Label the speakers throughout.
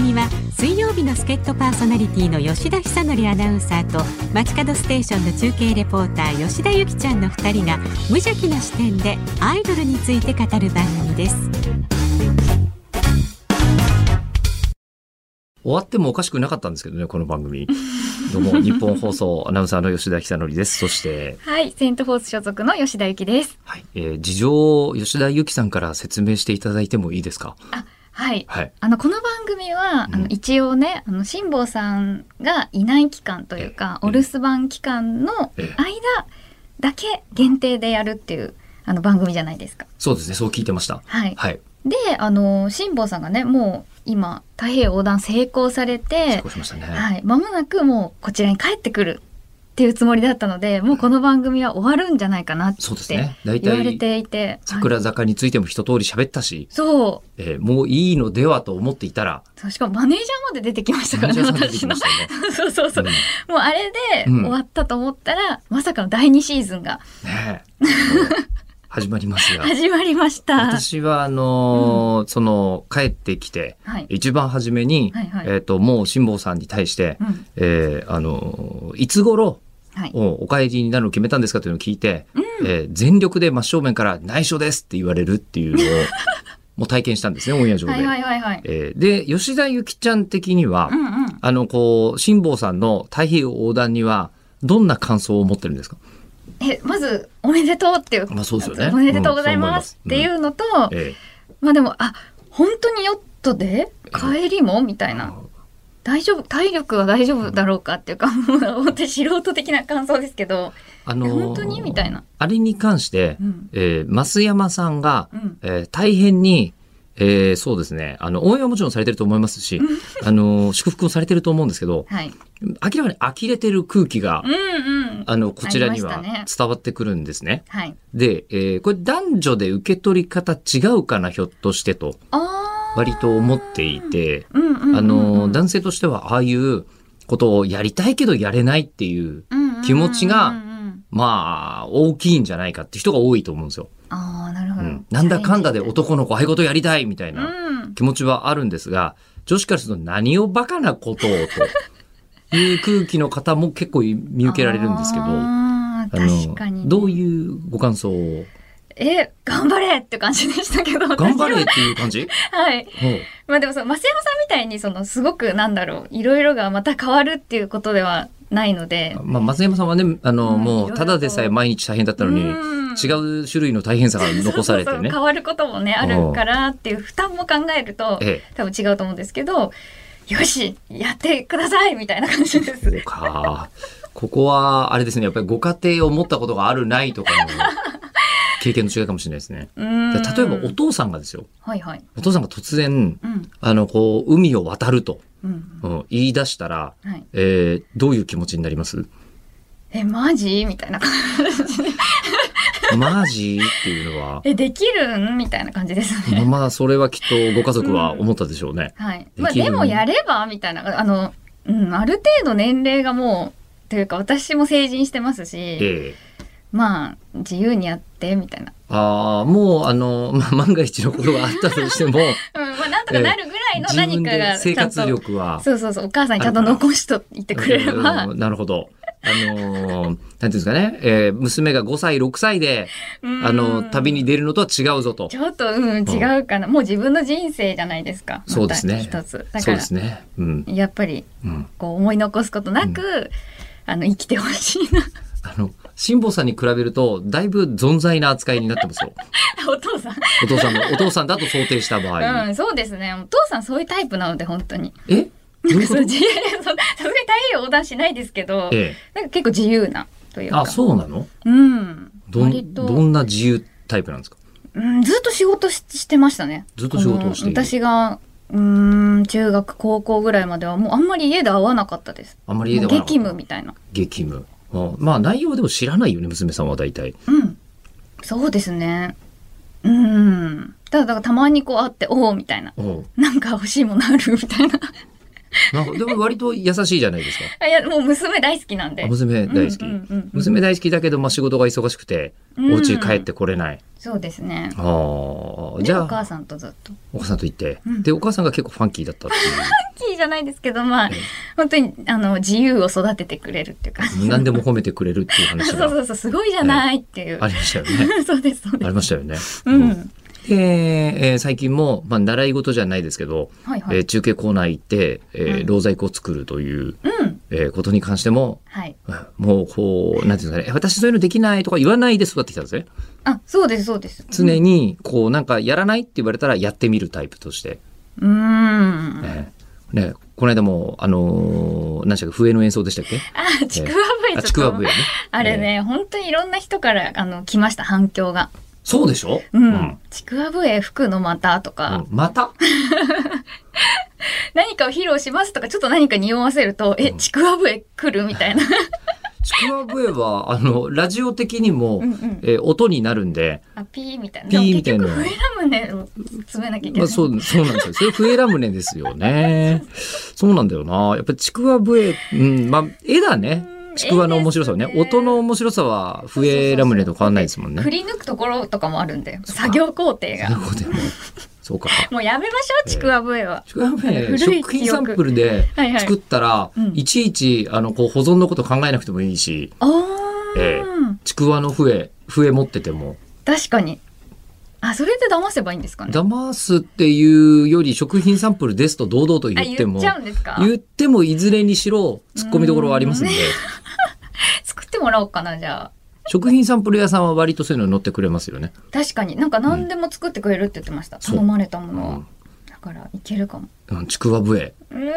Speaker 1: 水曜日の助っ人パーソナリティの吉田久典アナウンサーと街角ステーションの中継レポーター吉田由紀ちゃんの2人が無邪気な視点でアイドルについて語る番組です
Speaker 2: 終わってもおかしくなかったんですけどね、この番組。どう も、日本放送アナウンサーの吉田久典です。そして、
Speaker 3: はい、セントフォース所属の吉田ゆきです。
Speaker 2: はい、えー事情を吉田由紀さんから説明していただいてもいいですか
Speaker 3: はい。
Speaker 2: はい。
Speaker 3: あの、この番組は、
Speaker 2: うん
Speaker 3: あの、一応ね、あの、辛坊さんがいない期間というか、
Speaker 2: ええ
Speaker 3: お留守番期間の
Speaker 2: ええ
Speaker 3: 間だけ限定でやるっていう、あの、番組じゃないですか。
Speaker 2: そうですね、そう聞いてました。
Speaker 3: はい。
Speaker 2: はい。
Speaker 3: で、あの、辛坊さんがね、もう今、太平洋横断成功され
Speaker 2: 成
Speaker 3: て、
Speaker 2: 功しましたね。
Speaker 3: はい。まもなくもう、こちらに帰ってくるっていうつもりだったので、もうこの番組は終わるんじゃないかなっ
Speaker 2: そうです
Speaker 3: て
Speaker 2: ね。大
Speaker 3: 言われ
Speaker 2: 体、
Speaker 3: ていて。はい
Speaker 2: 桜坂についても一通り喋ったし、
Speaker 3: そう。
Speaker 2: えーもういいのではと思っていたら、
Speaker 3: そうしかもマネージャーまで出てきましたからね
Speaker 2: マネージャーさん出て
Speaker 3: 私
Speaker 2: き
Speaker 3: の
Speaker 2: ましたよ
Speaker 3: そうそうそう、
Speaker 2: ね。
Speaker 3: もうあれで
Speaker 2: うん
Speaker 3: 終わったと思ったら、まさかの第2シーズンが
Speaker 2: うんね えもう始まりますが。
Speaker 3: 始まりましたはい
Speaker 2: 私は、あのーその、帰ってきて、
Speaker 3: はい
Speaker 2: 一番初めに、
Speaker 3: はい
Speaker 2: えっ、と、もう辛坊さんに対して
Speaker 3: う、ん
Speaker 2: えーあのーいつ頃
Speaker 3: はい
Speaker 2: おお帰りになるのを決めたんですかというのを聞いて、えー全力で真正面から内緒ですって言われるっていうのを、 もう体験したんですね、オンエア上で。
Speaker 3: はいはいはいはい
Speaker 2: えーで、吉田ゆきちゃん的には、
Speaker 3: うんうん
Speaker 2: あの、こう、辛坊さんの太平洋横断には、どんな感想を持ってるんですか
Speaker 3: えまずおめでとうっていう
Speaker 2: まあそうですよね
Speaker 3: おめでとうございます
Speaker 2: う
Speaker 3: っ
Speaker 2: んそう
Speaker 3: て
Speaker 2: 思い
Speaker 3: い
Speaker 2: ま
Speaker 3: うのと、
Speaker 2: え
Speaker 3: まあでもあ本当にヨットで帰りもみたい
Speaker 2: ー
Speaker 3: な大丈夫体力は大丈夫だろうかっていうか もう本当に素人的な感想ですけど、
Speaker 2: あの
Speaker 3: え本当にみたいな。
Speaker 2: あれに関して
Speaker 3: う、ん
Speaker 2: えー増山さんが、
Speaker 3: うん、
Speaker 2: えー大変に、えーそうですね、あの、応援はもちろんされてると思いますし、あの、祝福もされてると思うんですけど、
Speaker 3: はい
Speaker 2: 明らかに呆れてる空気が
Speaker 3: う、んうん
Speaker 2: あの、こちらに
Speaker 3: あ
Speaker 2: は
Speaker 3: りましたね
Speaker 2: 伝わってくるんですね。
Speaker 3: はい
Speaker 2: で、えーこれ男女で受け取り方違うかな、ひょっとしてと、
Speaker 3: あー
Speaker 2: 割と思っていて、
Speaker 3: うんうんうんうん
Speaker 2: あの、男性としては、ああいうことをやりたいけどやれないっていう、気持ちが
Speaker 3: うんうんうんうん
Speaker 2: まあ、大きいんじゃないかって人が多いと思うんですよ。
Speaker 3: ああなる
Speaker 2: う
Speaker 3: ほど、
Speaker 2: ん。なんだかんだで
Speaker 3: 男
Speaker 2: 男の子、ああいうことやりたいみたいな。
Speaker 3: うん
Speaker 2: 気持ちはあるんですが、女子からすると何をバカなことをという空気の方も結構見受けられるんですけど、あ
Speaker 3: あー確かにね、
Speaker 2: どういうご感想を
Speaker 3: え頑張れって感じでしたけど
Speaker 2: 頑張れっ
Speaker 3: 私
Speaker 2: ていう感じ
Speaker 3: ははい
Speaker 2: ほう
Speaker 3: まあでもその増山さんみたいにそのすごくなんだろういろいろがまた変わるっていうことではないので
Speaker 2: まあ、松山さんはね、あの、
Speaker 3: うん
Speaker 2: も、
Speaker 3: いろいうろ
Speaker 2: ただでさえ毎日大変だったのに、
Speaker 3: うん
Speaker 2: 違う種類の大変さが残されて
Speaker 3: そうそう
Speaker 2: ね
Speaker 3: そう。変わることもねあるからっていう負担も考えると
Speaker 2: え
Speaker 3: 多分違うと思うんですけどよしやってくださいみたいな感じで
Speaker 2: え、
Speaker 3: す
Speaker 2: そうか。ここは、あれですね、やっぱりご家庭を持ったことがあるないとかの経験の違いかもしれないですね。
Speaker 3: うん
Speaker 2: 例えば、お父さんがですよ。
Speaker 3: はいはい
Speaker 2: お父さんが突然、
Speaker 3: うん
Speaker 2: あの、こう、海を渡ると。
Speaker 3: うん
Speaker 2: うん、言い出したら、
Speaker 3: はい
Speaker 2: えーどういう気持ちになります
Speaker 3: えマジみたいな 感じで
Speaker 2: マジっていうのは、
Speaker 3: えできるんみたいな感じです
Speaker 2: まあ
Speaker 3: ね。
Speaker 2: まあ、それはきっとご家族は思ったでしょうね。
Speaker 3: はい。まあ
Speaker 2: できる
Speaker 3: でもやればみたいなあのうんある程度年齢がもうというか私も成人してますし、
Speaker 2: ええ
Speaker 3: まあ自由にやってみたいな。
Speaker 2: ああ、もう、あの、まあ、万が一のことがあったとしても、
Speaker 3: うんまあなんとかなるぐらいの
Speaker 2: 自分
Speaker 3: 何か
Speaker 2: で
Speaker 3: が
Speaker 2: 生
Speaker 3: ちゃん
Speaker 2: 活
Speaker 3: と。
Speaker 2: 力は、
Speaker 3: そうそうそうお母さんにちゃんと残しといてくれれば
Speaker 2: う、んなるほど。あのーなんていうんですかね、えー娘が5歳、6歳で、
Speaker 3: うん
Speaker 2: あの、旅に出るのとは違うぞと。
Speaker 3: ちょっとうん違うかな、もう自分の人生じゃないですか。また
Speaker 2: そうですね
Speaker 3: 一つだ
Speaker 2: そ
Speaker 3: か
Speaker 2: うで
Speaker 3: ら
Speaker 2: すね。うん。
Speaker 3: やっぱり
Speaker 2: うん。
Speaker 3: こう思い残すことなく、あの生きてほしいな
Speaker 2: あの、辛坊さんに比べると、だいぶ存在な扱いになってますよ。
Speaker 3: お父さん、
Speaker 2: お父さんの、お父さんだと想定した場合。
Speaker 3: うんそうですねお父さんそういうタイプなので本当に
Speaker 2: えどういうこ
Speaker 3: そう
Speaker 2: と
Speaker 3: 自由 そうさすがに太平洋横断しないですけど
Speaker 2: え
Speaker 3: なんか結構自由なとい
Speaker 2: え
Speaker 3: うか
Speaker 2: あ、そうなの
Speaker 3: うん
Speaker 2: ど
Speaker 3: 割
Speaker 2: ん、
Speaker 3: と
Speaker 2: どんな自由タイプなんですか
Speaker 3: うん、ずっと仕事ししてましたね
Speaker 2: ずっと仕事をしてい
Speaker 3: あ
Speaker 2: る
Speaker 3: の。私がうん中学高校ぐらいまではもうあんまり家で会わなかったです
Speaker 2: あんまり家では
Speaker 3: もう
Speaker 2: なかった
Speaker 3: 激務みたいな
Speaker 2: 激務。うんまあ内容はでも知らないよね、娘さんは大体。
Speaker 3: うんそうですねうんただだからたまにこう会っておおみたいな
Speaker 2: うん
Speaker 3: なんか欲しいものあるみたいな。
Speaker 2: なんかでも割と優しいじゃないですか。
Speaker 3: あいや、もう娘大好きなんで
Speaker 2: あ。娘大好き。
Speaker 3: うんうんうん
Speaker 2: 娘大好きだけど、まあ、仕事が忙しくて、
Speaker 3: うん
Speaker 2: お家帰ってこれない。
Speaker 3: そうですね。
Speaker 2: ああ、
Speaker 3: で
Speaker 2: じゃ
Speaker 3: お
Speaker 2: あ、
Speaker 3: 母さんとずっと。
Speaker 2: お母さんと行って、
Speaker 3: うん
Speaker 2: で、お母さんが結構ファンキーだったってい
Speaker 3: キーじゃないですけど、まあ
Speaker 2: ええ、
Speaker 3: 本当に、あの、自由を育ててくれるっていう感
Speaker 2: う、
Speaker 3: じ。
Speaker 2: 何でも褒めてくれるっていう話
Speaker 3: そうそ
Speaker 2: が
Speaker 3: うそう、すごいじゃないっていう
Speaker 2: あ。りましたよね。
Speaker 3: そうです、そう
Speaker 2: あ
Speaker 3: で
Speaker 2: り
Speaker 3: す。
Speaker 2: ましたよね。
Speaker 3: うん。
Speaker 2: で、えー最近も、まあ、習い事じゃないですけど、
Speaker 3: はいは
Speaker 2: えー
Speaker 3: い。
Speaker 2: 中継コーナー行って、えー
Speaker 3: うん
Speaker 2: 老細工を作るという、
Speaker 3: うん。
Speaker 2: えーことに関しても、
Speaker 3: はい。
Speaker 2: うんもうこう、なんていうんですかねえ、私そういうのできないとか言わないで育ってきたんですね。
Speaker 3: あ、そうです、そうです。
Speaker 2: 常に、こう、なんか、やらないって言われたらやってみるタイプとして。
Speaker 3: うーん。
Speaker 2: えーね、この間も、あのー、何でしたっけ、笛の演奏でしたっけ
Speaker 3: あ、ちくわ笛
Speaker 2: あ、
Speaker 3: ち
Speaker 2: ちく
Speaker 3: ょ
Speaker 2: わ
Speaker 3: っと
Speaker 2: 笛ね。
Speaker 3: あれ
Speaker 2: えー。
Speaker 3: ね、本当にいろんな人から、あの、来ました、反響が。
Speaker 2: そうでしょ
Speaker 3: う。
Speaker 2: うん
Speaker 3: ちくわ笛吹くのまたと
Speaker 2: う
Speaker 3: か
Speaker 2: ん、また
Speaker 3: 何かを披露しますとか、ちょっと何か匂わせると、え、
Speaker 2: うん
Speaker 3: ちくわ笛来るみたいな。
Speaker 2: ちくわ笛は、あの、ラジオ的にも、
Speaker 3: うんうん
Speaker 2: えー音になるんで、
Speaker 3: あ、ピーみたいな。
Speaker 2: ピ
Speaker 3: で
Speaker 2: ー
Speaker 3: も
Speaker 2: みたいな
Speaker 3: 結局、笛ラムネを詰めなきゃい
Speaker 2: ま
Speaker 3: けな
Speaker 2: あ、
Speaker 3: い。
Speaker 2: そう、そうなんですよ。それ笛ラムネですよね。そうなんだよな。やっぱちくわ笛、うん、まあ、絵だね
Speaker 3: う。ん
Speaker 2: ちくわの面白さはね
Speaker 3: 絵ですね
Speaker 2: 音の面白さは笛ラムネと変わんないですもんね。
Speaker 3: 振り抜くところとかもあるんで、
Speaker 2: そっか
Speaker 3: 作業工程
Speaker 2: なる
Speaker 3: が。
Speaker 2: ほどね。そうか。
Speaker 3: もうやめましょう、ちくわ笛は。
Speaker 2: ちくわ
Speaker 3: 古
Speaker 2: 笛、
Speaker 3: い
Speaker 2: 食品サンプルで
Speaker 3: はいはい
Speaker 2: 作ったら
Speaker 3: うん、
Speaker 2: いちいち、あの、こう、保存のこと考えなくてもいいし、
Speaker 3: あー、
Speaker 2: えちくわの笛、笛持ってても、
Speaker 3: 確かに。あ、それで騙せばいいんですかね。
Speaker 2: 騙すっていうより食品サンプルですと堂々と
Speaker 3: あ、
Speaker 2: 言って
Speaker 3: 言
Speaker 2: も
Speaker 3: っち、ゃうんですか
Speaker 2: 言ってもいずれにしろ突っ込みどころはありますんで。
Speaker 3: 作ってもらおうかな、じゃあ。
Speaker 2: 食品サンプル屋さんは割とそういうのに乗ってくれますよね。
Speaker 3: 確かに。なんか何でも作ってくれるって言ってました。
Speaker 2: そう
Speaker 3: 頼まれたもの
Speaker 2: う
Speaker 3: は
Speaker 2: ん。
Speaker 3: だから、いけるかも。
Speaker 2: うんちくわ笛。
Speaker 3: うーん、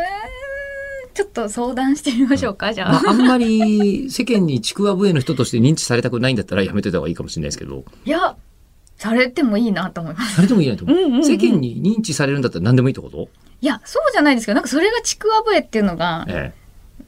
Speaker 3: ちょっと相談してみましょうか、じゃ
Speaker 2: ま
Speaker 3: あ。
Speaker 2: あ、あんまり世間にちくわ笛の人として認知されたくないんだったらやめてた方がいいかもしれないですけ ど、
Speaker 3: いや、されてもいいなと思います。
Speaker 2: されてもいいなと思う。
Speaker 3: うんうんうん
Speaker 2: 世間に認知されるんだったら何でもいいってこと
Speaker 3: いや、そうじゃないですけど、なんかそれがちくわ笛っていうのが、
Speaker 2: え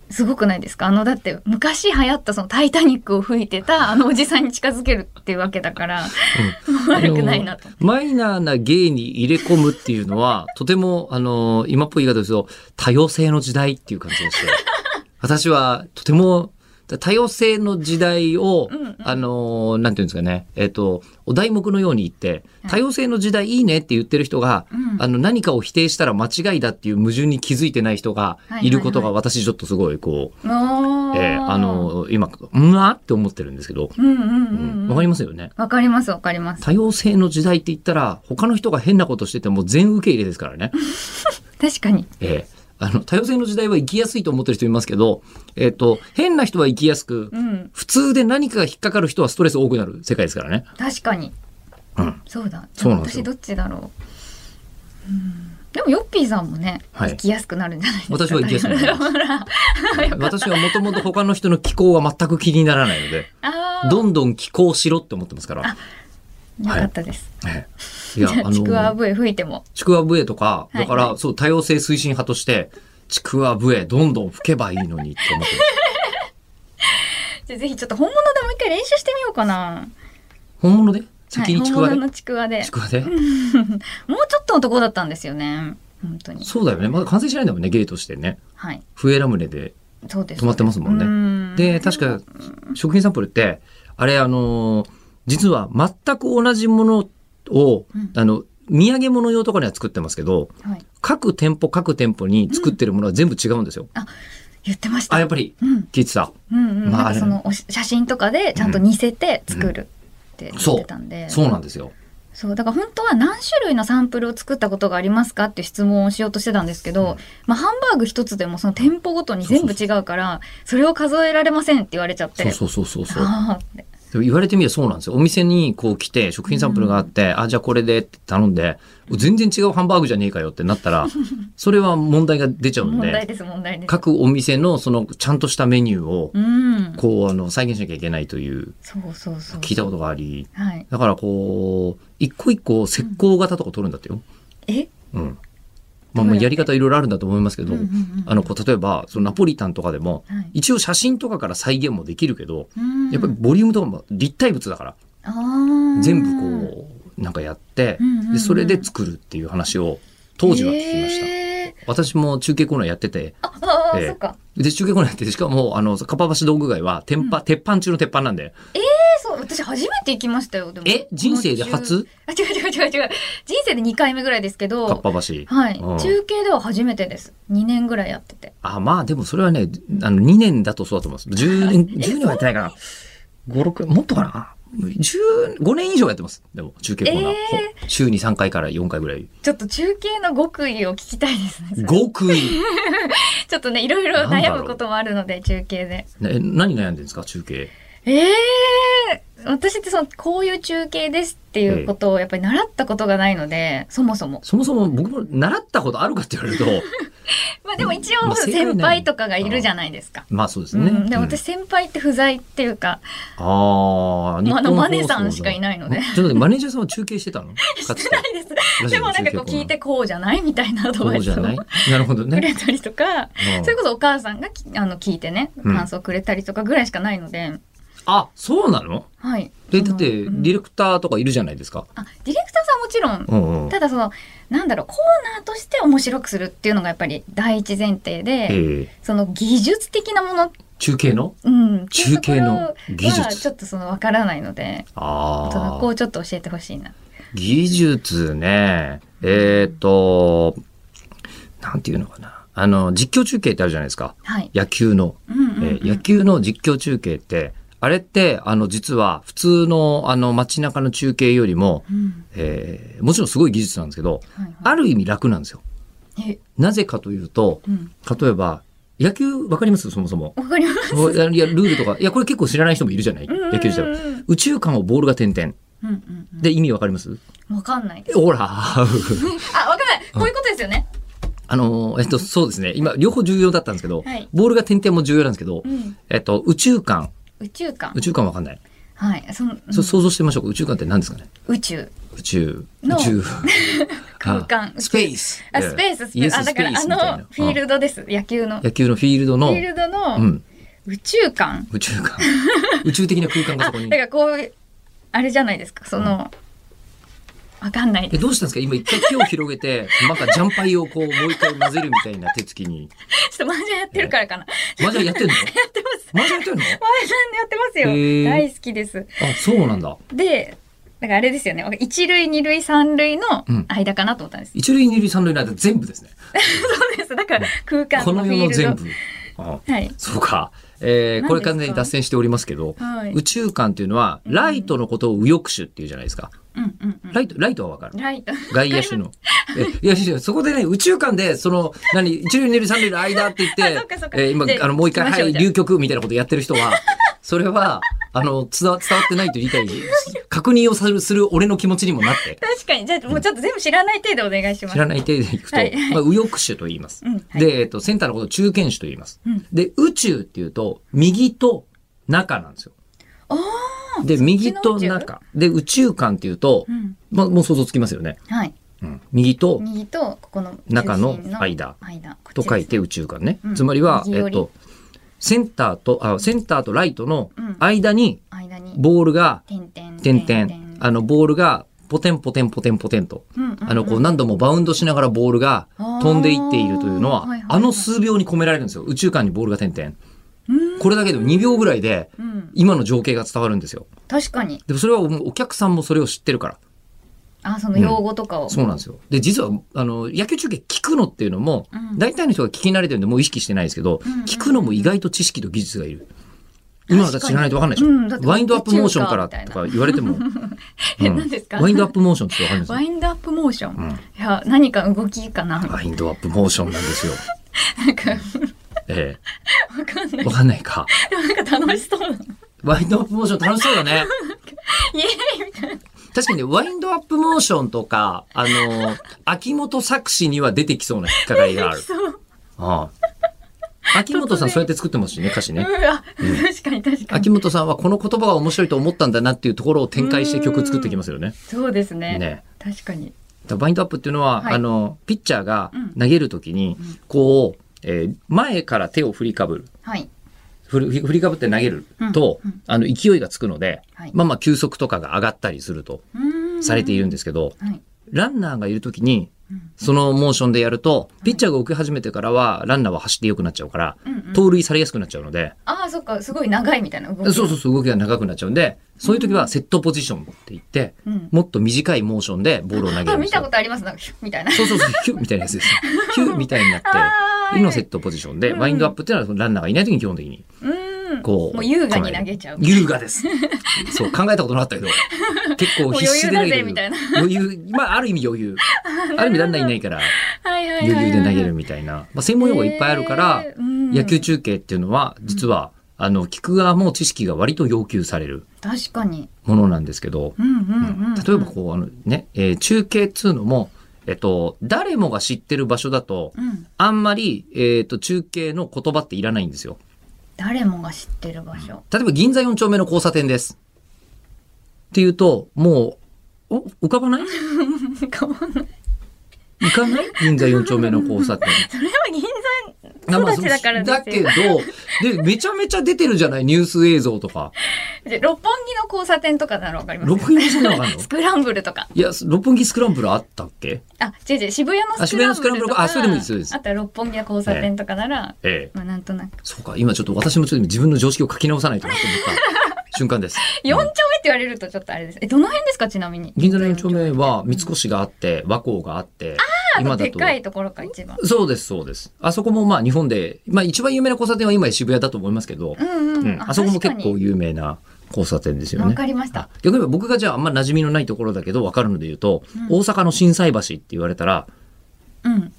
Speaker 3: すごくないですかあの、だって、昔流行ったそのタイタニックを吹いてたあのおじさんに近づけるっていうわけだから、
Speaker 2: え。
Speaker 3: 悪くないなと
Speaker 2: あ。のマイナーな芸に入れ込むっていうのは、とても、あの、今っぽい言い方ですと、多様性の時代っていう感じがして、私はとても、多様性の時代を、
Speaker 3: うんうん
Speaker 2: あのーなんていうんですかね、えっ、と、お題目のように言って、
Speaker 3: はい
Speaker 2: 多様性の時代いいねって言ってる人が、
Speaker 3: うん
Speaker 2: あの、何かを否定したら間違いだっていう矛盾に気づいてない人がいることが、
Speaker 3: はい
Speaker 2: 私ちょっとすごい、こう、
Speaker 3: おー
Speaker 2: えーあ、のー今、うんわーって思ってるんですけど、
Speaker 3: うんうん
Speaker 2: う
Speaker 3: う
Speaker 2: ん
Speaker 3: んう
Speaker 2: わ
Speaker 3: ん。
Speaker 2: かりますよね。
Speaker 3: わかります、わかります。
Speaker 2: 多様性の時代って言ったら、他の人が変なことしてても全受け入れですからね。
Speaker 3: 確かに。
Speaker 2: ええあの、多様性の時代は生きやすいと思ってる人いますけど、えっ、と、変な人は生きやすく
Speaker 3: う、ん。
Speaker 2: 普通で何かが引っかかる人はストレス多くなる世界ですからね。
Speaker 3: 確かに。
Speaker 2: うん。
Speaker 3: そうだ。
Speaker 2: そうなんですよ
Speaker 3: 私どっちだろう。うんでも、ヨッピーさんもね、
Speaker 2: はい
Speaker 3: 生きやすくなるんじゃないですか。
Speaker 2: 私は生きやすくなります
Speaker 3: ほら。
Speaker 2: 私はもともと他の人の気候は全く気にならないので、
Speaker 3: あー
Speaker 2: どんどん気候しろって思ってますから。
Speaker 3: よかったです。
Speaker 2: ええい
Speaker 3: じゃあ、ちくわ笛吹いても。
Speaker 2: ちくわ笛とか、
Speaker 3: い
Speaker 2: だから、そう、多様性推進派として、ちくわ笛、どんどん吹けばいいのにって思ってます。
Speaker 3: じゃあぜひちょっと本物でもう一回練習してみようかな。
Speaker 2: 本物で先にちくわ
Speaker 3: はい、本
Speaker 2: で、
Speaker 3: 物のちくわで
Speaker 2: ち。くわで
Speaker 3: もうちょっとのとこだったんですよね。本当に。
Speaker 2: そうだよね。まだ完成しないんだもんね、芸としてね。
Speaker 3: はい。
Speaker 2: 笛ラムネで。
Speaker 3: そうです。
Speaker 2: 止まってますもんね
Speaker 3: ね
Speaker 2: で、確か、食品サンプルって、あれ、あのー実は全く同じものを、
Speaker 3: うん
Speaker 2: あの、土産物用とかには作ってますけど、
Speaker 3: はい。
Speaker 2: 各店舗各店舗に作ってるものは全部違うんですよ。
Speaker 3: 言ってました。
Speaker 2: あ、やっぱり、
Speaker 3: うん。
Speaker 2: 聞いてた。
Speaker 3: うんうん。
Speaker 2: まあ
Speaker 3: なんかそのおし写真とかでちゃんと似せて作るって言ってたんで。
Speaker 2: そうなんですよ。
Speaker 3: そうだから本当は何種類のサンプルを作ったことがありますかって質問をしようとしてたんですけど、まあ、ハンバーグ一つでもその店舗ごとに全部違うからそれを数えられませんって言われちゃって
Speaker 2: そうそうそうそうそう。
Speaker 3: あーって
Speaker 2: でも言われてみればそうなんですよ。お店にこう来て、食品サンプルがあって、あ、じゃあこれでって頼んで、全然違うハンバーグじゃねえかよってなった ら、それは問題が出ちゃうん
Speaker 3: 問題
Speaker 2: で、
Speaker 3: です問題です。
Speaker 2: 各お店のそのちゃんとしたメニューを、
Speaker 3: うん、
Speaker 2: こう、あの、再現しなきゃいけないという、
Speaker 3: そうそうそう
Speaker 2: 聞いたことがあり、
Speaker 3: はい、
Speaker 2: だからこう、一個一個石膏型とか取るんだってよ。
Speaker 3: え、
Speaker 2: うん。まあまあやり方いろいろあるんだと思いますけど、あの、
Speaker 3: は
Speaker 2: こう、例えば、そのナポリタンとかでも、
Speaker 3: い、
Speaker 2: 一応写真とかから再現もできるけど、
Speaker 3: うん
Speaker 2: やっぱりボリュームとかも立体物だから、
Speaker 3: あー
Speaker 2: 全部こうなんかやって
Speaker 3: うんうんうん
Speaker 2: でそれで作るっていう話を当時は聞きました。
Speaker 3: えー
Speaker 2: 私も中継コーナーやってて、
Speaker 3: ああ、あ
Speaker 2: ええ
Speaker 3: そっか。
Speaker 2: で、中継コーナーやってて、しかも、あの、かっぱ橋道具街は、鉄板、鉄板中の鉄板なんで、
Speaker 3: えそう、私初めて行きましたよ。でも
Speaker 2: え人生で
Speaker 3: この中
Speaker 2: 初
Speaker 3: あ、違う違う違う違う。人生で2回目ぐらいですけ
Speaker 2: かっ
Speaker 3: ど、
Speaker 2: ぱ橋。
Speaker 3: はい。
Speaker 2: うん
Speaker 3: 中継では初めてです。2年ぐらいやってて。
Speaker 2: あ、まあ、でもそれはね、あの、2年だとそうだと思います。10年、10年はやってないかな。5、6、もっとかな ?15 年以上やってます。でも、中継コーナー。
Speaker 3: え
Speaker 2: ほ週に3回から4回ぐらい。
Speaker 3: ちょっと中継の極意を聞きたいですね。それ
Speaker 2: 極意。
Speaker 3: ちょっとね、いろいろ悩むこともあるので、中継で。
Speaker 2: ねえ何悩んでるんですか、中継。
Speaker 3: ええ私ってその、こういう中継ですっていうことをやっぱり習ったことがないので、そもそも。
Speaker 2: そもそも僕も習ったことあるかって言われると、
Speaker 3: まあでも一
Speaker 2: ま
Speaker 3: 応、
Speaker 2: あ正解ない
Speaker 3: 先輩とかがいるじゃないですか。
Speaker 2: まあそうです
Speaker 3: う
Speaker 2: ね。
Speaker 3: ん、でも
Speaker 2: うん
Speaker 3: 私先輩って不在っていうか、
Speaker 2: ああ、
Speaker 3: まああの
Speaker 2: 日本放送
Speaker 3: マネさんしかいないので
Speaker 2: んちょっと待ってマネージャーさんは中継してたのかつて。
Speaker 3: ないです
Speaker 2: ラジ
Speaker 3: で
Speaker 2: オ
Speaker 3: も
Speaker 2: の
Speaker 3: な
Speaker 2: 中
Speaker 3: ん
Speaker 2: 継コ
Speaker 3: かこ
Speaker 2: ーナー
Speaker 3: う聞いてこうじゃないみたいなアド
Speaker 2: そ
Speaker 3: バ
Speaker 2: う
Speaker 3: イ
Speaker 2: じ
Speaker 3: ス
Speaker 2: ゃ
Speaker 3: を
Speaker 2: ないなるほど
Speaker 3: く
Speaker 2: ね。
Speaker 3: れたりとか、
Speaker 2: うん
Speaker 3: それこそお母さんがきあの聞いてね
Speaker 2: うん
Speaker 3: 感想くれたりとかぐらいしかないので、
Speaker 2: あ、そうなの
Speaker 3: はい。
Speaker 2: で、
Speaker 3: そ
Speaker 2: だ
Speaker 3: の
Speaker 2: って、デ
Speaker 3: うん
Speaker 2: ィレクターとかいるじゃないですか。
Speaker 3: あディレクターさんはもちろん
Speaker 2: うんうん。
Speaker 3: ただそのなんだろうコーナーとして面白くするっていうのがやっぱり第一前提で、
Speaker 2: ええ
Speaker 3: その技術的なもの、
Speaker 2: 中継の
Speaker 3: うん、
Speaker 2: 中継の技術
Speaker 3: っていうところはちょっとそのわからないので大人
Speaker 2: あ
Speaker 3: こ
Speaker 2: あ。
Speaker 3: うちょっと教えてほしいな。
Speaker 2: 技術ね。えっ、と、なんていうのかな。あの、実況中継ってあるじゃないですか。
Speaker 3: はい。
Speaker 2: 野球の。
Speaker 3: うんうんうん
Speaker 2: えー野球の実況中継って、あれって、あの、実は普通の、あの、街中の中継よりも、
Speaker 3: うん
Speaker 2: えーもちろんすごい技術なんですけど、
Speaker 3: はいは
Speaker 2: ある意味楽なんですよ。
Speaker 3: いえ
Speaker 2: なぜかというと、
Speaker 3: うん
Speaker 2: 例えば、野球わかりますそもそも。
Speaker 3: わかります。
Speaker 2: おいや、いやルールとか、いや、これ結構知らない人もいるじゃない野球自体は。
Speaker 3: うんうん
Speaker 2: 宇宙間をボールが点々。
Speaker 3: うんうんうん
Speaker 2: で、意味わかります
Speaker 3: わかんないです。
Speaker 2: ほら、 あ
Speaker 3: あ、わかんない。こういうことですよね。
Speaker 2: の、えっと、そうですね。今、両方重要だったんですけど、
Speaker 3: はい
Speaker 2: ボールが点々も重要なんですけど
Speaker 3: う、ん。
Speaker 2: えっと、宇宙間、
Speaker 3: 宇宙観
Speaker 2: 宇。宙間わかんない。
Speaker 3: はい。その、うん
Speaker 2: そ想像してみましょうか。宇宙間って何ですかね
Speaker 3: 宇宙。
Speaker 2: 宇宙。宇
Speaker 3: の
Speaker 2: 宙。
Speaker 3: 空間
Speaker 2: あスペース。
Speaker 3: あ、スペース、スペース。あ、だからあの、フィー
Speaker 2: ド。
Speaker 3: ルドです。野球の。
Speaker 2: うん
Speaker 3: フ
Speaker 2: 野球のフィールドの
Speaker 3: ィー、ルド
Speaker 2: う
Speaker 3: の
Speaker 2: ん、
Speaker 3: 宇宙観。
Speaker 2: 宇宙 間。宇宙的な空間が
Speaker 3: あ、
Speaker 2: そ
Speaker 3: だ
Speaker 2: こに
Speaker 3: か。らこう、あれじゃないですか。その、わかんない
Speaker 2: え、
Speaker 3: です。
Speaker 2: どうしたんですか今一回手を広げて、 なんかジャンパイをこう、もう一回混ぜるみたいな手つきに。
Speaker 3: ちょっと麻雀やってるからかな。 や
Speaker 2: マジャンやってんの
Speaker 3: ってま
Speaker 2: マ
Speaker 3: す。
Speaker 2: ジャンやってんの
Speaker 3: 麻雀やってますよ
Speaker 2: へー。
Speaker 3: 大好きです。
Speaker 2: あ、そうなんだ。
Speaker 3: で、だからあれですよね。一塁、二塁、三塁の
Speaker 2: うん
Speaker 3: 間かなと思ったんです。
Speaker 2: 一塁二塁三塁の間全部ですね。
Speaker 3: そうです。だから空間
Speaker 2: この
Speaker 3: のフ
Speaker 2: 世
Speaker 3: ィ
Speaker 2: の
Speaker 3: ールド。
Speaker 2: 全部。あ
Speaker 3: はい。
Speaker 2: そうか。えーこれ完全に脱線しておりますけど、
Speaker 3: はい。
Speaker 2: 宇宙間っていうのは、ライトのことを右翼手っていうじゃないですか。
Speaker 3: うんうんうん。
Speaker 2: ライト、ライトはわかる。
Speaker 3: ライト。
Speaker 2: 外野手の。えいやいやいや、そこでね、宇宙間で、その、何、一塁二塁三塁の間って言って
Speaker 3: あそっかそっ、か
Speaker 2: えー今
Speaker 3: で、
Speaker 2: あの、もう一
Speaker 3: 聞
Speaker 2: 回、は
Speaker 3: きましょう
Speaker 2: い、
Speaker 3: じゃあ
Speaker 2: 流局みたいなことやってる人は、それは、あの、伝わ伝わってないと理解、確認をするする俺の気持ちにもなって、
Speaker 3: 確かに。じゃあ、もうちょっと全部知らない程度お願いします。
Speaker 2: 知らない程度でいくと、
Speaker 3: はい
Speaker 2: まあ、右翼手と言います。
Speaker 3: うんはい
Speaker 2: で、えっと、センターのことを中堅手と言います。
Speaker 3: うん
Speaker 2: で、宇宙っていうと、右と中なんですよ。
Speaker 3: あ
Speaker 2: で、右と
Speaker 3: そっちの宇
Speaker 2: 中。で、宇宙間っていうと
Speaker 3: う、ん。
Speaker 2: まあ、もう想像つきますよね。
Speaker 3: はい。
Speaker 2: うん右と
Speaker 3: 右と、ここの
Speaker 2: 中の
Speaker 3: 中心
Speaker 2: 間
Speaker 3: 間こっちで
Speaker 2: と
Speaker 3: す
Speaker 2: 書いて宇宙間ね。
Speaker 3: うん
Speaker 2: つまりは、
Speaker 3: 右
Speaker 2: え
Speaker 3: 寄
Speaker 2: っ
Speaker 3: り
Speaker 2: と、センターと、あ、センターとライトの
Speaker 3: うん
Speaker 2: 間に
Speaker 3: 間に、
Speaker 2: ボールが
Speaker 3: 点々。
Speaker 2: 点々、あの、ボールがポテンポテンポテンポテンと、
Speaker 3: うんうんうん
Speaker 2: あの、こう何度もバウンドしながらボールが飛んでいっているというの
Speaker 3: あ
Speaker 2: は
Speaker 3: ーはいはい、はい
Speaker 2: あの数秒に込められるんですよ。宇宙間にボールが点々。
Speaker 3: うん
Speaker 2: これだけでも2秒ぐらいで、
Speaker 3: うん。
Speaker 2: 今の情景が伝わるんですよ。
Speaker 3: 確かに。
Speaker 2: でもそれはもうお客さんもそれを知ってるから。
Speaker 3: あ、その用語とかを。
Speaker 2: そうなんですよ。で、実は、あの、野球中継聞くのっていうのも、
Speaker 3: うん
Speaker 2: 大体の人が聞き慣れてるんで、もう意識してないですけど、
Speaker 3: んうんうん
Speaker 2: 聞くのも意外と知識と技術がいる。今のだと知らないと分かんないでしょ、
Speaker 3: うんだって
Speaker 2: ワインドアップモーションから
Speaker 3: 宇宙かみ
Speaker 2: と
Speaker 3: たい
Speaker 2: か言われても、
Speaker 3: え、
Speaker 2: うん
Speaker 3: 何ですか
Speaker 2: ワインドアップモーションって分かんないです
Speaker 3: ワ
Speaker 2: よ。
Speaker 3: インドアップモーション。
Speaker 2: うん
Speaker 3: いや、何か動きかな。なんか、
Speaker 2: ワインドアップモーションなんですよ。え
Speaker 3: わかん
Speaker 2: え
Speaker 3: ない。
Speaker 2: 分かんないか。
Speaker 3: なんか楽しそうな。イ
Speaker 2: ワインドアップモーション楽しそうだね。
Speaker 3: エ ーイみたいな。
Speaker 2: 確かにね、ワインドアップモーションとか、あの、秋元作詞には出てきそうな引っかかりがある。
Speaker 3: そう。
Speaker 2: ああ秋元さんそうやって作ってますしね、歌詞ね。
Speaker 3: うわ、確かに確かに。
Speaker 2: 秋元さんはこの言葉が面白いと思ったんだなっていうところを展開して曲作ってきますよね。
Speaker 3: そうですね。
Speaker 2: ね
Speaker 3: 確かに。
Speaker 2: だからバインドアップっていうのは、
Speaker 3: はい
Speaker 2: あのピッチャーが
Speaker 3: うん
Speaker 2: 投げるときにこう、えー前から手を振りかぶる
Speaker 3: はい。
Speaker 2: 振る振りかぶって投げると、
Speaker 3: うんうん
Speaker 2: あの勢いがつくので、
Speaker 3: はい
Speaker 2: まあまあ球速とかが上がったりすると
Speaker 3: うーん
Speaker 2: されているんですけど、
Speaker 3: はい。
Speaker 2: ランナーがいるときにそのモーションでやると、ピッチャーが受け始めてからは、ランナーは走って良くなっちゃうから、
Speaker 3: うんうん
Speaker 2: 盗塁されやすくなっちゃうので、
Speaker 3: ああ、そっか、すごい長いみたいな動き。
Speaker 2: そうそうそう、動きが長くなっちゃうんで、そういう時はセットポジションって言って、
Speaker 3: うん。
Speaker 2: もっと短いモーションでボールを投げる
Speaker 3: あ、
Speaker 2: んで
Speaker 3: 見
Speaker 2: すよ
Speaker 3: たことありますなんか、ヒュッみたいな。
Speaker 2: そうそうそう、ヒュッみたいなやつ です。ヒュッみたいになって、
Speaker 3: あー
Speaker 2: 今のセットポジションで、
Speaker 3: うん
Speaker 2: ワインドアップっていうのはランナーがいない時に基本的に、
Speaker 3: うん。
Speaker 2: こう。
Speaker 3: もう優雅に投げちゃう。
Speaker 2: 優雅 です。そう、考えたことなかったけど、結構必死で投げる。
Speaker 3: もう余裕だぜみたいな
Speaker 2: 余裕、まあ、ある意味余裕。ある意味ランナーいないから、
Speaker 3: はいはいはいはい。
Speaker 2: 余裕で投げるみたいな。まあ、専門用語いっぱいあるから、
Speaker 3: えーうん
Speaker 2: 野球中継っていうのは、実は、あの、聞く側も知識が割と要求される
Speaker 3: 確かに。
Speaker 2: ものなんですけど、
Speaker 3: うんうんうん。
Speaker 2: 例えばこう、あのね、えー中継っつうのも、えっと、誰もが知ってる場所だと、
Speaker 3: うん。
Speaker 2: あんまり、えっと、中継の言葉っていらないんですよ。
Speaker 3: 誰もが知ってる場所。
Speaker 2: 例えば銀座4丁目の交差点です。っていうと、もう、お、浮かばない
Speaker 3: かわんない
Speaker 2: 行か ない銀座4丁目の交差点。
Speaker 3: それは銀座育ちだから
Speaker 2: だ
Speaker 3: です
Speaker 2: けど
Speaker 3: よ。、
Speaker 2: で、めちゃめちゃ出てるじゃないニュース映像とか。
Speaker 3: で六本木の交差点とかならわかりますよ
Speaker 2: 六本木のわかんの
Speaker 3: スクランブルとか。
Speaker 2: いや、六本木スクランブルあったっけ
Speaker 3: あ、違う違う、渋谷の
Speaker 2: あ
Speaker 3: スク
Speaker 2: 渋谷
Speaker 3: ラ
Speaker 2: の
Speaker 3: ン
Speaker 2: ス
Speaker 3: ブ
Speaker 2: クランブ
Speaker 3: ル
Speaker 2: ルか
Speaker 3: とか。
Speaker 2: あそれでもいいですそうです
Speaker 3: あとは六本木の交差点とかなら、
Speaker 2: ええ。
Speaker 3: まあなんとなく。
Speaker 2: そうか、今ちょっと私もちょっと自分の常識を書き直さないとなって思った瞬間です。
Speaker 3: 四丁
Speaker 2: う
Speaker 3: 目
Speaker 2: ん
Speaker 3: って言われるとちょっとあれです。え、どの辺ですかちなみに。
Speaker 2: 銀座の4丁目は三越があって、和光があって、
Speaker 3: あ
Speaker 2: 今
Speaker 3: で
Speaker 2: だ
Speaker 3: っ
Speaker 2: と。
Speaker 3: かいところか一番。
Speaker 2: そうです、そうです。あそこもまあ日本で、まあ一番有名な交差点は今や渋谷だと思いますけど
Speaker 3: う、んうん。
Speaker 2: うん、あそこも結構
Speaker 3: い
Speaker 2: 有名な交差点ですよ
Speaker 3: わ
Speaker 2: ね。
Speaker 3: かりました。
Speaker 2: 逆に言えば僕がじゃああんま馴染みのないところだけど分かるので言うと、
Speaker 3: うん
Speaker 2: 大阪の心斎橋って言われたら、
Speaker 3: うん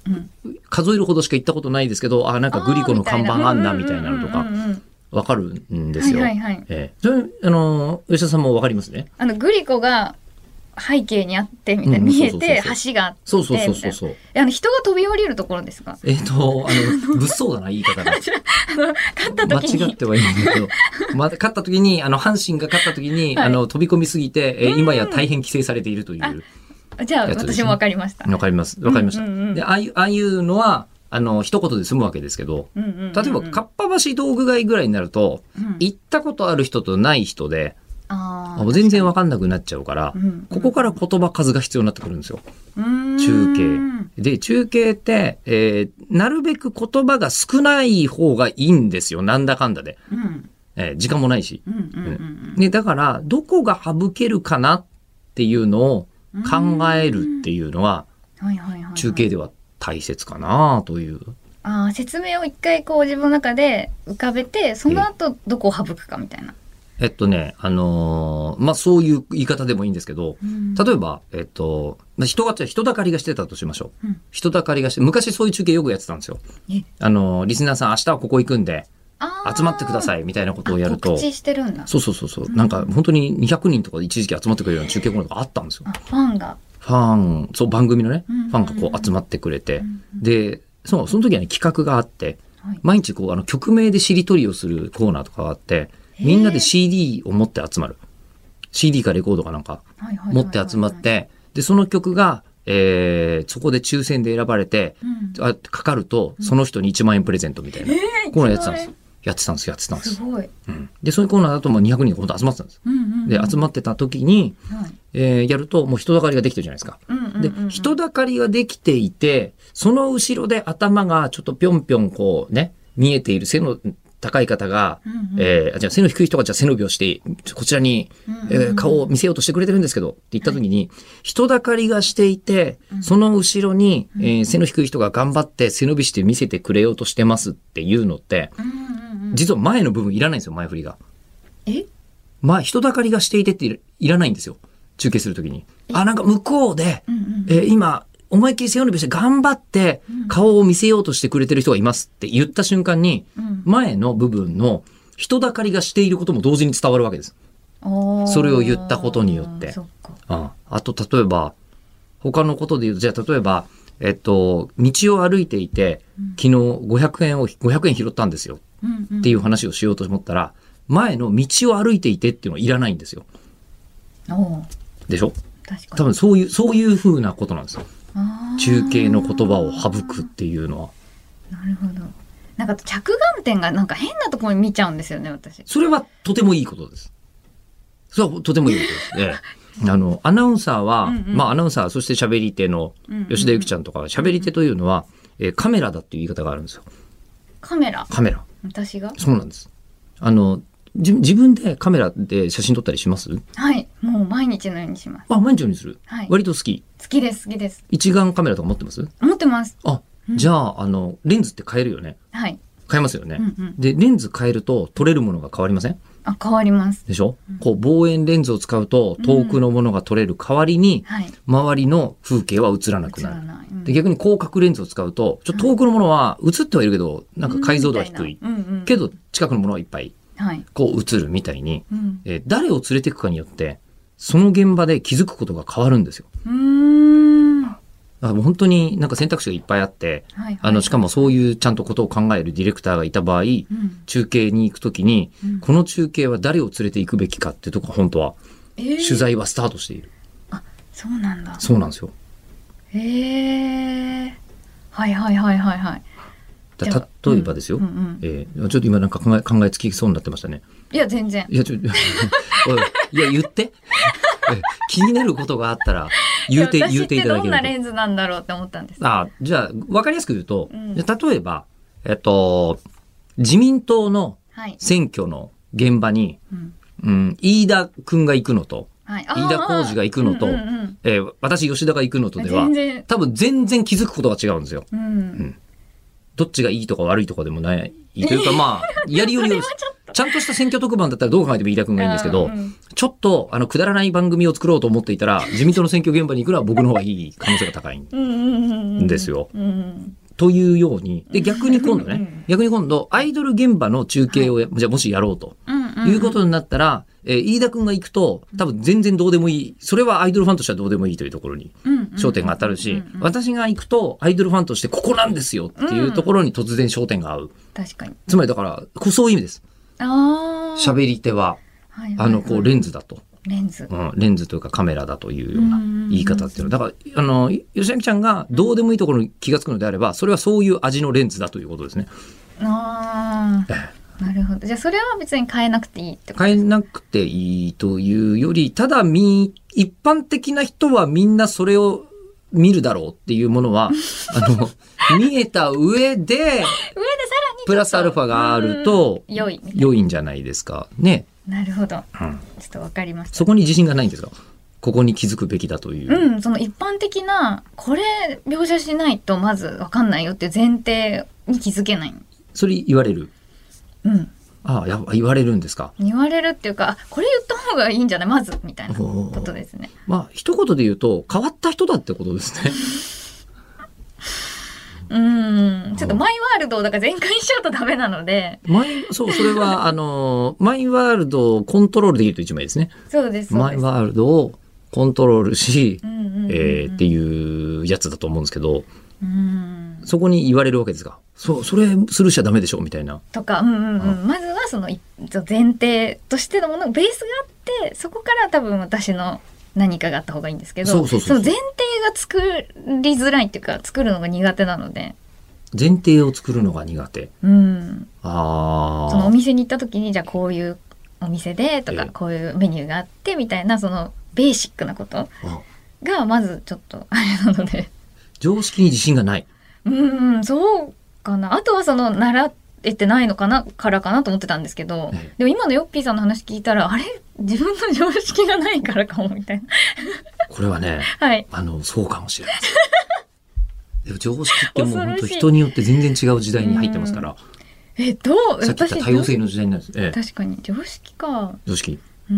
Speaker 3: うん。
Speaker 2: 数えるほどしか行ったことないですけど、あ、なんかグリコの看板あんなみたいなのと
Speaker 3: うんう
Speaker 2: か
Speaker 3: んうんうん
Speaker 2: 分かるんで
Speaker 3: は
Speaker 2: す
Speaker 3: い
Speaker 2: よ。
Speaker 3: はいはい。
Speaker 2: ええそれ、あのー、吉田さんも分かりますね。
Speaker 3: あのグリコが背景にあってみたいな
Speaker 2: うん
Speaker 3: 見え
Speaker 2: そうそうそう
Speaker 3: て
Speaker 2: そう
Speaker 3: 橋があって
Speaker 2: そうそうそうそうそう。
Speaker 3: えあの人が飛び降りるところですか
Speaker 2: えっ、と、あの、物騒だな、言い方が。
Speaker 3: 勝った
Speaker 2: 間
Speaker 3: 時
Speaker 2: 違
Speaker 3: に
Speaker 2: ってはいないんだ けど、ま、勝った時に、あの、阪神が勝った時に、
Speaker 3: はい
Speaker 2: あの、飛び込みすぎて、えー今や大変規制されているという。
Speaker 3: じゃあ
Speaker 2: やつですね
Speaker 3: 私もわかりました
Speaker 2: わかります。わかりました。
Speaker 3: うんうんうん
Speaker 2: で、ああいう、ああいうのは、あの、一言で済むわけですけど、
Speaker 3: うんうんうんうん
Speaker 2: 例えば、かっぱ橋道具街ぐらいになると、
Speaker 3: うん
Speaker 2: 行ったことある人とない人で、
Speaker 3: あ
Speaker 2: あ全然わかんなくなっちゃうから、ここからら言葉数が必要になってくるんですよ。
Speaker 3: 中
Speaker 2: 中継で、中継って、えーなるべく言葉が少ない方がいいんですよ。なんだかんだで。
Speaker 3: うん
Speaker 2: えー時間もないし。
Speaker 3: うんうんうん
Speaker 2: ね、だから、どこが省けるかなっていうのを
Speaker 3: うん
Speaker 2: 考えるっていうのは、
Speaker 3: はいはいはいはい
Speaker 2: 中継では大切かなという。
Speaker 3: あー説明を一回こう自分の中で浮かべてその後どこを省くかみたいな
Speaker 2: えっとね、あのーまあ、そういう言い方でもいいんですけど、
Speaker 3: 例
Speaker 2: 例えば、えっと、まあ人が、人だかりがしてたとしましょう。
Speaker 3: うん
Speaker 2: 人だかりがして、昔そういう中継よくやってたんですよ
Speaker 3: え。
Speaker 2: あのー、リスナーさん明日はここ行くんで、集まってくだ
Speaker 3: い
Speaker 2: さいみたいなことをやると
Speaker 3: 告、知してるんだ
Speaker 2: そうそうそうそう、
Speaker 3: うん
Speaker 2: なんか本当に200人とか一時期集まってくれるような中継コーナーとかあったんですよ
Speaker 3: あ。ファンが
Speaker 2: ファン、そう番組のね、
Speaker 3: うん
Speaker 2: ファンがこう集まってくれて
Speaker 3: う、んうん
Speaker 2: で、そう、その時はね、企画があって、
Speaker 3: はい
Speaker 2: 毎日こう、あの、曲名でしりとりをするコーナーとかがあって、
Speaker 3: へー
Speaker 2: みんなで CD を持って集まる。CD かレコードかなんか
Speaker 3: はいはいはいはい
Speaker 2: 持って集まって、で、その曲が、えー、そこで抽選で選ばれて、
Speaker 3: うん
Speaker 2: あかかると、その人に1万円プレゼントみたいな。コーナーやってたんですよ
Speaker 3: す。
Speaker 2: やってたんです、やってたんです。
Speaker 3: ごい。
Speaker 2: うんで、そういうコーナーだともう200人ほど集まってたんです。
Speaker 3: うんうんうん
Speaker 2: で、集まってた時に、
Speaker 3: はい
Speaker 2: えーやるともう人だかりができてるじゃないですか。
Speaker 3: うんうんうん
Speaker 2: で、人だかりができていて、その後ろで頭がちょっとぴょんぴょんこうね、見えている背の高い方が、
Speaker 3: うんうん
Speaker 2: えーあじゃあ背の低い人がじゃあ背伸びをして、こちらに、えー顔を見せようとしてくれてるんですけど、って言った時に、人だかりがしていて、その後ろに、えー背の低い人が頑張って背伸びして見せてくれようとしてますっていうのって、
Speaker 3: うんうんうん
Speaker 2: 実は前の部分いらないんですよ、前振りが。
Speaker 3: え
Speaker 2: まあ、人だかりがしていてっていらいらないんですよ。中継するときに。あ、なんか向こうで、
Speaker 3: うんうん
Speaker 2: えー今、思いっきり背伸びして頑張って顔を見せようとしてくれてる人がいますって言った瞬間に、
Speaker 3: うん
Speaker 2: 前の部分の人だかりがしていることも同時に伝わるわけです。
Speaker 3: あー
Speaker 2: それを言ったことによって
Speaker 3: そっか
Speaker 2: ああと、例えば、他のことで言うと、じゃあ例えば、えっと、道を歩いていて、昨日500円を、500円拾ったんですよ
Speaker 3: うんうん
Speaker 2: っていう話をしようと思ったら、前の道を歩いていてっていうのはいらないんですよ。
Speaker 3: おー
Speaker 2: でしょ
Speaker 3: 確かに
Speaker 2: 多分そういう、そういう風なことなんですよ。
Speaker 3: あー
Speaker 2: 中継の言葉を省くっていうのは。
Speaker 3: なるほどなんか着眼点がなんか変なところに見ちゃうんですよね私
Speaker 2: それはとてもいいことです。それはとてもいいことです。ええあの、アナウンサーは、
Speaker 3: うんうん
Speaker 2: まあアナウンサー、そして喋り手の吉田ゆきちゃんとか、喋り手というのは、えーカメラだっていう言い方があるんですよ。
Speaker 3: カメラ
Speaker 2: カメラ。
Speaker 3: 私が
Speaker 2: そうなんです。あの、じ自分でカメラで写真撮ったりします
Speaker 3: はいもう毎日のようにします
Speaker 2: あ、毎日のようにする。
Speaker 3: はい
Speaker 2: 割と好き。
Speaker 3: 好きです好きです
Speaker 2: 一眼カメラとか持ってます
Speaker 3: 持ってます
Speaker 2: あ、じゃあ、あの、レンズって変えるよね。
Speaker 3: はい
Speaker 2: 変えますよね。
Speaker 3: うんうん
Speaker 2: で、レンズ変えると撮れるものが変わりません
Speaker 3: あ変わります
Speaker 2: でしょ、こう、望遠レンズを使うと遠くのものが撮れる代わりに、
Speaker 3: はい
Speaker 2: 周りの風景は映らなく
Speaker 3: 映ら
Speaker 2: なる。
Speaker 3: ない、うん
Speaker 2: で逆に広角レンズを使うと、ちょっと遠くのものは映ってはいるけど、なんか解像度は低い。
Speaker 3: うんみたなうんうん
Speaker 2: けど近くのものはいっぱい
Speaker 3: はい、
Speaker 2: こう映るみたいに、
Speaker 3: うん
Speaker 2: えー誰を連れていくかによって、その現場で気づくことが変わるんですよ。
Speaker 3: うーんは
Speaker 2: だからもう本当になんか選択肢がいっぱいあって、
Speaker 3: いはい
Speaker 2: あの、しかもそういうちゃんとことを考えるディレクターがいた場合、
Speaker 3: うん
Speaker 2: 中継に行くときに、
Speaker 3: うん
Speaker 2: この中継は誰を連れて行くべきかっていうとこが本当は、
Speaker 3: えー
Speaker 2: 取材はスタートしている。
Speaker 3: そうなんだ
Speaker 2: そうなんですよ。
Speaker 3: へえはいはいはいはいはい
Speaker 2: だ
Speaker 3: じゃあ
Speaker 2: 例えばですよ、
Speaker 3: うんうんうん
Speaker 2: えーちょっと今なんか考え、考えつきそうになってましたね。
Speaker 3: いや全然
Speaker 2: いや、ちょ、 おいいや、言って。え気になることがあったら、言うて、
Speaker 3: や私
Speaker 2: 言
Speaker 3: っ
Speaker 2: うていただけ
Speaker 3: どん
Speaker 2: る
Speaker 3: な
Speaker 2: と。
Speaker 3: レンズなんだろうって思ったんです
Speaker 2: あじゃあ、わかりやすく言うと、
Speaker 3: うん
Speaker 2: じゃあ例えば、えっと、自民党の
Speaker 3: はい、
Speaker 2: 選挙の現場に、
Speaker 3: うん
Speaker 2: うん、飯田くんが行くのと、
Speaker 3: はい、
Speaker 2: 飯田浩二が行くのと
Speaker 3: うんうんうん
Speaker 2: えー私、吉田が行くのとでは
Speaker 3: 全、然、
Speaker 2: 多分全然気づくことが違うんですよ。
Speaker 3: うん
Speaker 2: どっちがいいとか悪いとかでもない。と いうか、まあ、やりよ
Speaker 3: そ
Speaker 2: り
Speaker 3: れ
Speaker 2: を
Speaker 3: は、ちょっと
Speaker 2: ちゃんとした選挙特番だったらどう考えても飯田くんがいいんですけど、
Speaker 3: うんうん
Speaker 2: ちょっと、あの、くだらない番組を作ろうと思っていた ら、自民党の選挙現場に行くのは僕の方がいい可能性が高い。
Speaker 3: うんうんうんうん
Speaker 2: ですよ
Speaker 3: うん
Speaker 2: というように。で、逆に今度
Speaker 3: う
Speaker 2: ね
Speaker 3: ん、
Speaker 2: 逆に今度、アイドル現場の中継をや、じゃあもしやろうと。
Speaker 3: うんうんうん
Speaker 2: いうことになったら、えー飯田くんが行くと、多分全然どうでもいい。それはアイドルファンとしてはどうでもいいというところに
Speaker 3: うんうん
Speaker 2: 焦点が当たるし
Speaker 3: うんうん、うん
Speaker 2: 私が行くと、アイドルファンとしてここなんですよっていうところに突然焦点が合う。
Speaker 3: 確かに
Speaker 2: つまりだから、こうそういう意味です。
Speaker 3: ああ
Speaker 2: 喋り手は、
Speaker 3: はいはいはい
Speaker 2: あの、こう、レンズだと。
Speaker 3: レンズ
Speaker 2: うん、レンズというかカメラだというような
Speaker 3: うんうんうん
Speaker 2: 言い方っていうのは、だから、あの、吉崎ちゃんがどうでもいいところに気がつくのであれば、それはそういう味のレンズだということですね。
Speaker 3: ああなるほどじゃあそれは別に変えなくていいってこと
Speaker 2: 変えなくていいというより、ただみ、一般的な人はみんなそれを見るだろうっていうもの は、あの、見えた上で、
Speaker 3: 上でさらに
Speaker 2: プラスアルファがあると、
Speaker 3: 良いみたい
Speaker 2: 良いんじゃないですか。ね。
Speaker 3: ななるほど
Speaker 2: うん
Speaker 3: ちょっとわかりました
Speaker 2: そこに自信がないんですかここに気づくべきだという。
Speaker 3: うん、その一般的なこれ描写しないとまずわかんないよっていう前提に気づけない。
Speaker 2: それ言われる。
Speaker 3: うん、
Speaker 2: ああ、やっぱ言われるんですか。
Speaker 3: 言われるっていうかあこれ言った方がいいんじゃないまずみたいな
Speaker 2: おうおうおう
Speaker 3: ことですね。
Speaker 2: まあ、一言で言うと、変わった人だってことですね。
Speaker 3: うんちょっとマイワールドをだから全開にしちゃうとダメなので
Speaker 2: マイ、そう、それ は、あの、マイワールドをコントロールできると一枚ですね。
Speaker 3: そうですそう
Speaker 2: マ
Speaker 3: で
Speaker 2: イ
Speaker 3: す。
Speaker 2: ワールドをコントロールし
Speaker 3: う、んうんうんうん
Speaker 2: えーっていうやつだと思うんですけど、
Speaker 3: うん
Speaker 2: そこに言われるわけですが、そう、それするしちゃダメでしょ、みたいな。
Speaker 3: とか、うんうんうん、まずはそのい前提としてのものベースがあってそこから多分私の何かがあった方がいいんですけど
Speaker 2: そうそうそうそう
Speaker 3: の前提が作りづらいっていうか作るのが苦手なので、
Speaker 2: 前提を作るのが苦手。
Speaker 3: うん、その
Speaker 2: あ
Speaker 3: お
Speaker 2: あ。
Speaker 3: 店に行った時にじゃあこういうお店でとか、
Speaker 2: ええ
Speaker 3: こういうメニューがあってみたいなそのベーシックなこと
Speaker 2: あ
Speaker 3: がまずちょっとあれなので
Speaker 2: 常識に自信がない。
Speaker 3: うんうんそうかなあとはその習えてないのかなからかなと思ってたんですけど、
Speaker 2: ええ
Speaker 3: でも今のヨッピーさんの話聞いたらあれ自分の常識がないからかもみたいな
Speaker 2: これはね、
Speaker 3: はい
Speaker 2: あの、そうかもしれない。でも常識ってもう本当
Speaker 3: 恐ろしい
Speaker 2: 人によって全然違う時代に入ってますから、
Speaker 3: えどう
Speaker 2: さっき言った多様性の時代になるんです。ええ
Speaker 3: 私確かに常識か
Speaker 2: 常識。
Speaker 3: うー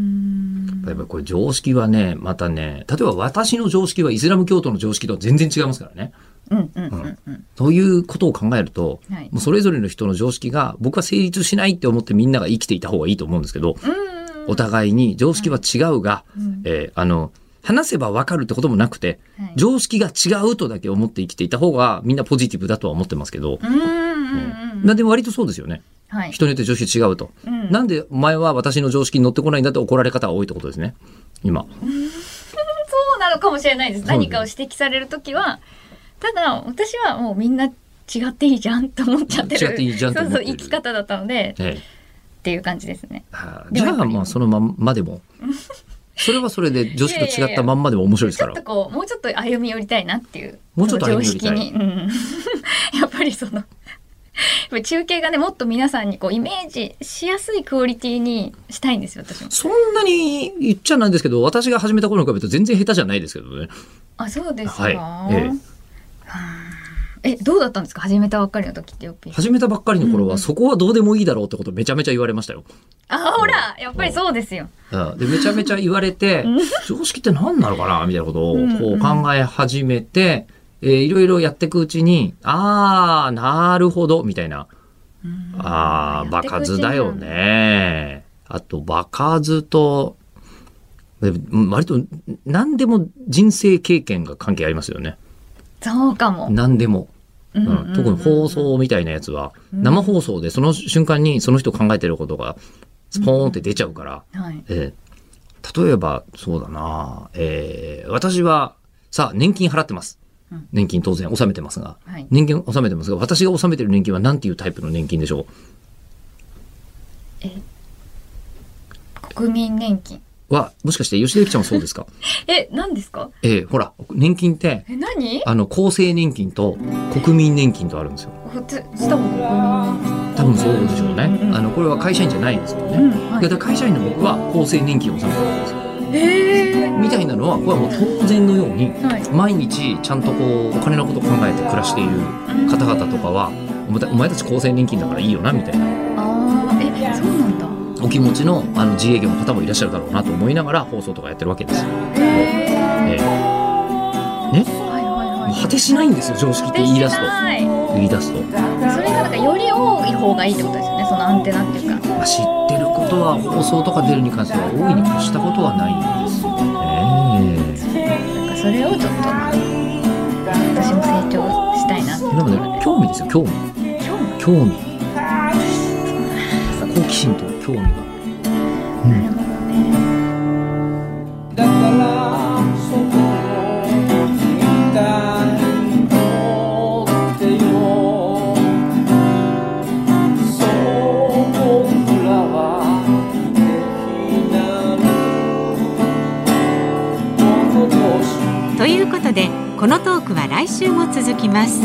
Speaker 3: ん
Speaker 2: 例えばこれ常識はね、またね、例えば私の常識はイスラム教徒の常識とは全然違いますからね。
Speaker 3: うんうんうんうん
Speaker 2: ということを考えると、
Speaker 3: はい
Speaker 2: もうそれぞれの人の常識が僕は成立しないって思ってみんなが生きていた方がいいと思うんですけど、
Speaker 3: うん
Speaker 2: お互いに常識は違うが、
Speaker 3: うん
Speaker 2: えーあの、話せばわかるってこともなくて、
Speaker 3: はい
Speaker 2: 常識が違うとだけ思って生きていた方がみんなポジティブだとは思ってますけど、
Speaker 3: うんうんうんうん
Speaker 2: なんでも割とそうですよね。
Speaker 3: はい
Speaker 2: 人によって常識違うと。
Speaker 3: うん
Speaker 2: なんでお前は私の常識に乗ってこないんだって怒られ方が多いってことですね。今。
Speaker 3: そうなのかもしれないです。
Speaker 2: そうです
Speaker 3: 何かを指摘されるときは、ただ私はもうみんな違っていいじゃんと思っちゃってる。
Speaker 2: 違っていいじゃんと思ってる
Speaker 3: そうそう生き方だったので
Speaker 2: ええ
Speaker 3: っていう感じですね。
Speaker 2: あーじ
Speaker 3: でも
Speaker 2: ゃ
Speaker 3: やっぱ
Speaker 2: あ
Speaker 3: り
Speaker 2: まあそのまんまでもそれはそれで女子と
Speaker 3: いやいや
Speaker 2: 違
Speaker 3: い
Speaker 2: った
Speaker 3: や
Speaker 2: まんまでも面白いです
Speaker 3: ち
Speaker 2: か
Speaker 3: ょっ
Speaker 2: ら
Speaker 3: と。こうもうちょっと歩み寄りたいなっていう
Speaker 2: もうちょっと
Speaker 3: その
Speaker 2: 歩
Speaker 3: 常
Speaker 2: み寄りたい
Speaker 3: 識に、うん やっぱりそのやっぱり中継がねもっと皆さんにこうイメージしやすいクオリティにしたいんですよ私も
Speaker 2: そんなに言っちゃないんですけど、私が始めた頃に比べると全然下手じゃないですけどね。
Speaker 3: あそうですか、
Speaker 2: はいええ
Speaker 3: はあえどうだったんですか始めたばっかりの時ってよっぴー
Speaker 2: 始めたばっかりの頃
Speaker 3: うんうん
Speaker 2: は、そこはどうでもいいだろうってことめちゃめちゃ言われましたよ。
Speaker 3: あほらやっぱりそうですよ
Speaker 2: うんで、めちゃめちゃ言われて、常識って何なのかなみたいなことを
Speaker 3: うん
Speaker 2: こ
Speaker 3: う
Speaker 2: うん考え始めて、えーいろいろやっていくうちに、あー、なるほど、みたいな。
Speaker 3: うん
Speaker 2: あー、
Speaker 3: やっ
Speaker 2: 場
Speaker 3: てく
Speaker 2: 数だよね。あと、場数と、でも割と何でも人生経験が関係ありますよね。
Speaker 3: うちなんだそうかも、
Speaker 2: 何でも。
Speaker 3: うんうん
Speaker 2: うん、特に放送みたいなやつは、
Speaker 3: うん
Speaker 2: 生放送でその瞬間にその人考えてることがスポーンって出ちゃうから、
Speaker 3: はい
Speaker 2: えー例えばそうだな、えー私はさあ年金払ってます
Speaker 3: うん
Speaker 2: 年金当然納めてますが
Speaker 3: はい
Speaker 2: 年金納めてますが私が納めてる年金は何ていうタイプの年金でしょう
Speaker 3: 国民年金
Speaker 2: はもしかして吉田ゆきちゃんもそうです か
Speaker 3: え何ですか
Speaker 2: えーほら年金って
Speaker 3: え何
Speaker 2: あの厚生年金と国民年金とあるんですよ
Speaker 3: 普通したもん国民
Speaker 2: 多
Speaker 3: 年
Speaker 2: 分そうでしょうね
Speaker 3: うん
Speaker 2: あのこれは会社員じゃないんですよね、
Speaker 3: 金うんはい
Speaker 2: だから会社員の僕は厚生年金を納めてるんですよ
Speaker 3: ええ
Speaker 2: みたいなのはこれはもう当然のように
Speaker 3: はい
Speaker 2: 毎日ちゃんとこうお金のことを考えて暮らしている方々とかはお前たお前たち厚生年金だからいいよなみたいな
Speaker 3: ああえそうなんだ
Speaker 2: お気持ちのあの自営業の方もいらっしゃるだろうなと思いながら放送とかやってるわけですよ。
Speaker 3: ええ
Speaker 2: ええ
Speaker 3: はいは
Speaker 2: もう
Speaker 3: いはい
Speaker 2: 果てしないんですよ常識って言い出すと
Speaker 3: はい
Speaker 2: 言い出すと、
Speaker 3: それがなんかより多い方がいいってことですよねそのアンテナっていうか
Speaker 2: まあ、知ってることは放送とか出るに関しては大いに越したことはないですよね。
Speaker 3: なんかそれをちょっと私も成長したいなって
Speaker 2: なので興味ですよ興味
Speaker 3: 今日も
Speaker 2: 興味好奇心と興味が。
Speaker 3: なるほどね
Speaker 4: だからそこをみたいに乗ってよそう僕らはできなるものとし
Speaker 1: ということでこのトークは来週も続きます